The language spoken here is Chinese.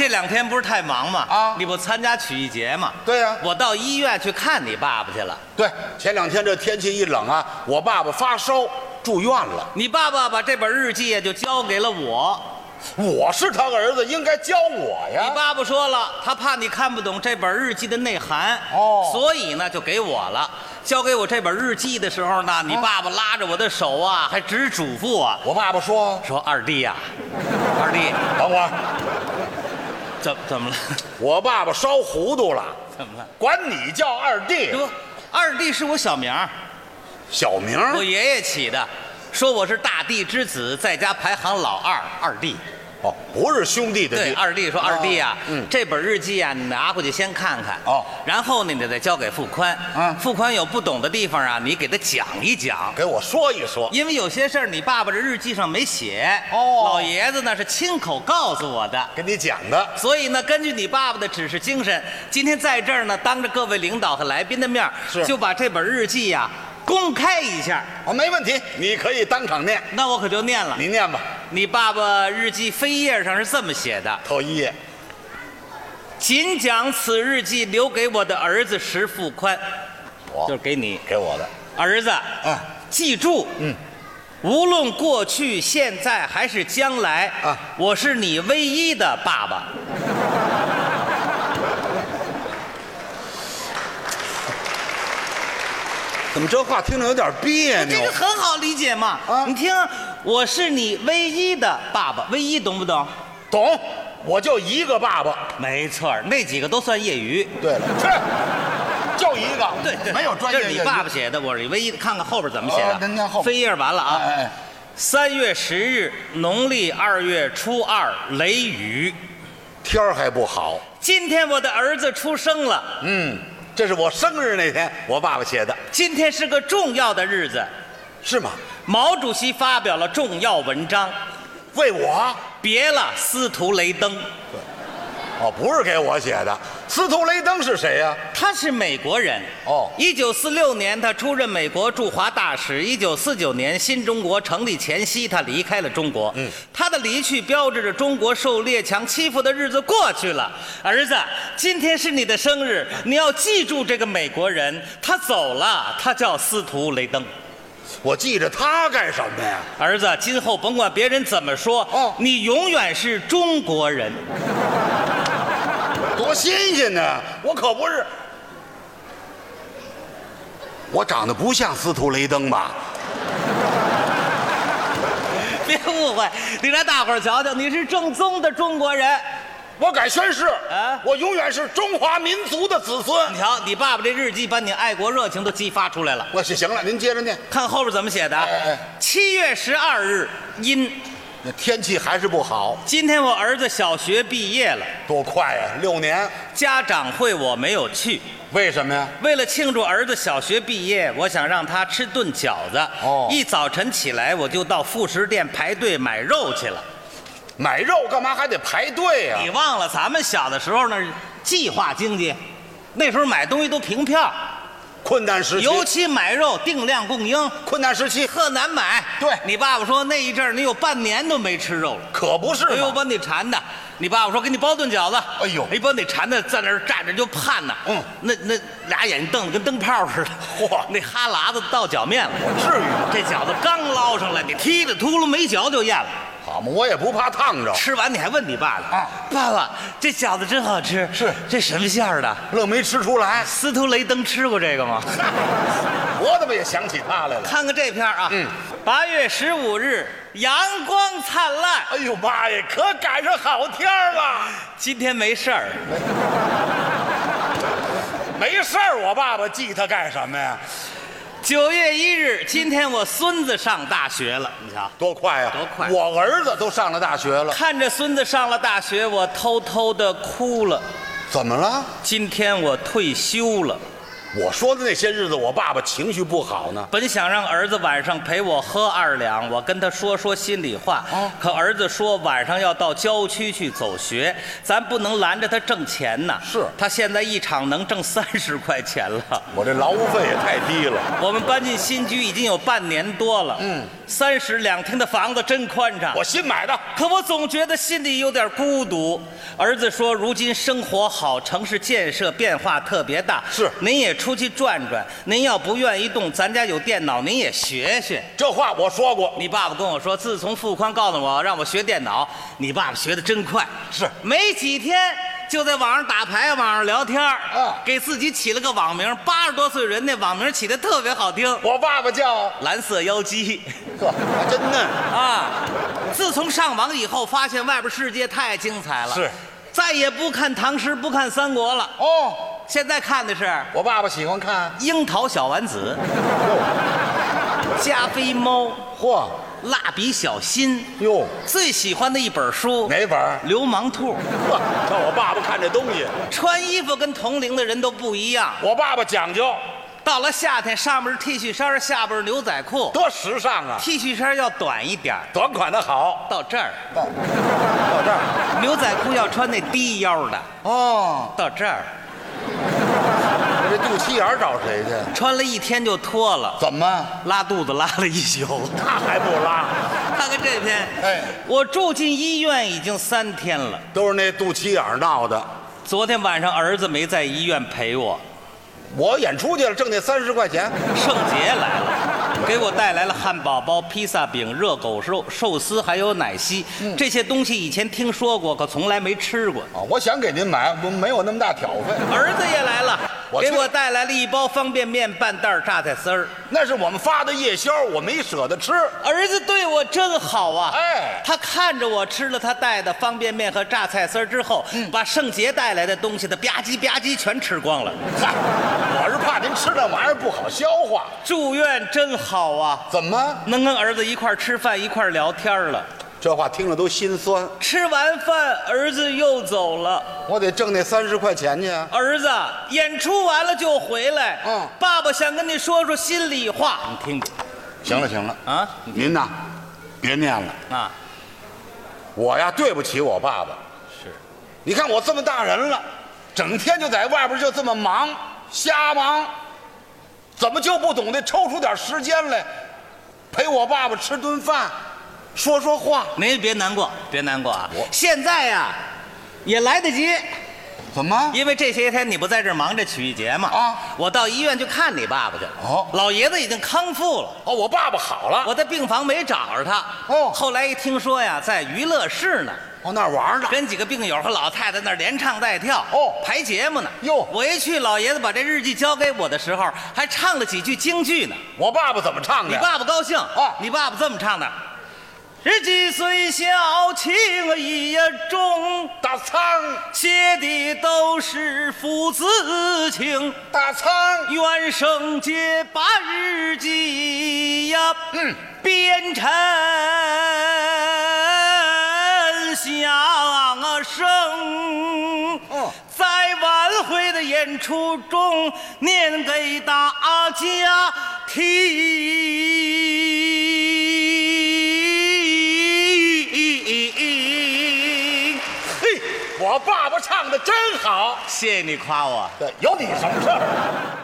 这两天不是太忙嘛？啊你不参加曲艺节嘛？对啊呀我到医院去看你爸爸去了。对，前两天这天气一冷啊，我爸爸发烧住院了。你爸爸把这本日记啊就交给了我。我是他儿子，应该教我你呀。爸爸说了，他怕你看不懂这本日记的内涵，哦所以呢就给我了。交给我这本日记的时候啊呢，你爸爸拉着我的手啊，还直嘱咐啊，我爸爸说说二弟呀、二弟，：“等会儿，怎怎么了？ 我爸爸烧糊涂了，怎么了？管你叫二弟这，不，二弟是我小名儿，小名儿我爷爷起的，说我是大地之子，在家排行老二，二弟。哦，不是兄弟的对，弟。二弟说：“哦二弟呀、嗯这本日记啊，你拿回去先看看哦然后呢，你再交给付宽。嗯付宽有不懂的地方啊，你给他讲一讲。给我说一说。因为有些事儿你爸爸这日记上没写，哦老爷子呢是亲口告诉我的。”给你讲的，所以呢，根据你爸爸的指示精神，今天在这儿呢，当着各位领导和来宾的面儿，是就把这本日记呀、公开一下。哦，没问题，你可以当场念，那我可就念了。你念吧，你爸爸日记扉页上是这么写的：头一页。仅讲此日记留给我的儿子石富宽，我就是给你给我的，儿子。啊，记住，嗯，无论过去、现在还是将来，啊我是你唯一的爸爸。怎么这话听着有点别这个很好理解嘛。啊你听，我是你唯一的爸爸，唯一懂不懂？懂，我就一个爸爸。没错儿，那几个都算业余。对了，是，就一个，对对，没有专业这是你业余爸爸写的，我是唯一的。看看后边怎么写的哦。您看后边扉页完了哎啊。哎，三月十日，农历二月初二，雷雨。天儿还不好。今天我的儿子出生了，嗯，这是我生日那天我爸爸写的，今天是个重要的日子。是吗？毛主席发表了重要文章，为我？别了司徒雷登，哦，不是给我写的。司徒雷登是谁呀、他是美国人。哦一九四六年，他出任美国驻华大使。一九四九年，新中国成立前夕，他离开了中国。嗯，他的离去标志着中国受列强欺负的日子过去了。儿子，今天是你的生日，你要记住这个美国人，他走了，他叫司徒雷登。我记着他干什么呀？儿子，今后甭管别人怎么说，哦你永远是中国人。 多新鲜呢！我可不是。我长得不像司徒雷登吧？别误会，你让大伙儿瞧瞧，你是正宗的中国人。我敢宣誓，啊我永远是中华民族的子孙你。瞧，你爸爸这日记把你爱国热情都激发出来了。我行了，您接着念。看后边怎么写的啊哎哎。七月十二日，阴。那天气还是不好，今天我儿子小学毕业了，多快呀、六年，家长会我没有去。为什么呀？为了庆祝儿子小学毕业，我想让他吃顿饺子。哦一早晨起来我就到副食店排队买肉去了。买肉干嘛还得排队啊呀、你忘了咱们小的时候那儿计划经济，那时候买东西都凭票，困难时期，尤其买肉定量供应，困难时期特难买。对你爸爸说那一阵儿你有半年都没吃肉了。可不是哎呦，嘛。把你馋的！你爸爸说给你包顿饺子。哎呦哎，把你馋的在那儿站着就盼呐。嗯那那俩眼睛瞪得跟灯泡似的。嚯那哈喇子到脚面了。至于吗？这饺子刚捞上来，你踢里秃噜没嚼就咽了。好嘛，我也不怕烫着，吃完你还问你爸呢。哦啊爸爸，这饺子真好吃。是这什么馅儿的？愣没吃出来。司徒雷登吃过这个吗？我怎么也想起他来了？看看这片儿啊。嗯。八月十五日，阳光灿烂。哎呦妈呀，可赶上好天儿了！今天没事儿。没事儿，我爸爸记他干什么呀？九月一日，今天我孙子上大学了，你瞧。多快呀、啊多快我儿子都上了大学了，看着孙子上了大学，我偷偷的哭了。怎么了？今天我退休了，我说的那些日子，我爸爸情绪不好呢。本想让儿子晚上陪我喝二两，我跟他说说心里话。哦可儿子说晚上要到郊区去走学，咱不能拦着他挣钱呐。是他现在一场能挣三十块钱了。我这劳务费也太低了。 我们搬进新居已经有半年多了，嗯，三室两厅的房子真宽敞。我新买的，可我总觉得心里有点孤独。儿子说，如今生活好，城市建设变化特别大，是您也出去转转。您要不愿意动，咱家有电脑，您也学学。这话我说过。你爸爸跟我说，自从付宽告诉我让我学电脑，你爸爸学的真快，是没几天就在网上打牌，网上聊天儿啊给自己起了个网名，八十多岁人那网名起的特别好听，我爸爸叫，蓝色妖姬。呵，还真嫩。啊，自从上网以后，发现外边世界太精彩了，是，再也不看唐诗，不看三国了，哦，现在看的是《我爸爸喜欢看。樱桃小丸子》《加菲猫》《嚯，蜡笔小新》，哟，最喜欢的一本书哪本儿？ 《流氓兔》。呵，让我爸爸看这东西。穿衣服跟同龄的人都不一样，我爸爸讲究，到了夏天，上边是 T 恤衫，下边是牛仔裤多时尚啊， ，T 恤衫要短一点儿短款的好。到这儿，到这儿，牛仔裤要穿那低腰的，哦，到这儿。我这肚脐眼儿找谁去？穿了一天就脱了，怎么？拉肚子拉了一宿。 那还不拉？看看这篇，哎我住进医院已经三天了。都是那肚脐眼儿闹的。昨天晚上儿子没在医院陪我，我演出去了，挣那三十块钱。圣杰来了，给我带来了汉堡包、披萨饼、热狗肉、寿司，还有奶昔。嗯这些东西以前听说过，可从来没吃过。啊，我想给您买，我没有那么大挑费，儿子也来了，我给去我带来了一包方便面、半袋儿榨菜丝儿。那是我们发的夜宵，我没舍得吃。儿子对我真好啊！哎他看着我吃了他带的方便面和榨菜丝儿之后，把圣杰带来的东西，他吧唧吧唧全吃光了。嗨，我是怕您吃那玩意儿不好消化。住院真好啊，怎么？能跟儿子一块儿吃饭，一块儿聊天了。这话听着都心酸。吃完饭，儿子又走了。我得挣那三十块钱去啊。儿子，演出完了就回来。嗯爸爸想跟你说说心里话，你听听行了行了，啊嗯您呐，别念了。啊，我呀，对不起我爸爸。是，你看我这么大人了，整天就在外边就这么忙，瞎忙，怎么就不懂得抽出点时间来，陪我爸爸吃顿饭，说说话？您别难过，别难过啊我。现在呀、也来得及。怎 么？因为这些天你不在这儿忙着曲艺节嘛，啊，我到医院去看你爸爸去了。哦老爷子已经康复了，哦，我爸爸好了，我在病房没找着他。哦后来一听说呀，在娱乐室呢，哦，那儿玩呢。跟几个病友和老太太那儿连唱带跳，哦排节目呢。哟我一去，老爷子把这日记交给我的时候，还唱了几句京剧呢。我爸爸怎么唱的你哎呀？爸爸高兴啊你爸爸这么唱的：日记虽小，情意也重，大仓，写的都是父子情。大仓，元圣节把日记呀，嗯，编成响声。嗯在晚会的演出中念给大家听。嘿，我爸爸唱的真好。谢谢你夸我。对，有你什么事儿？啊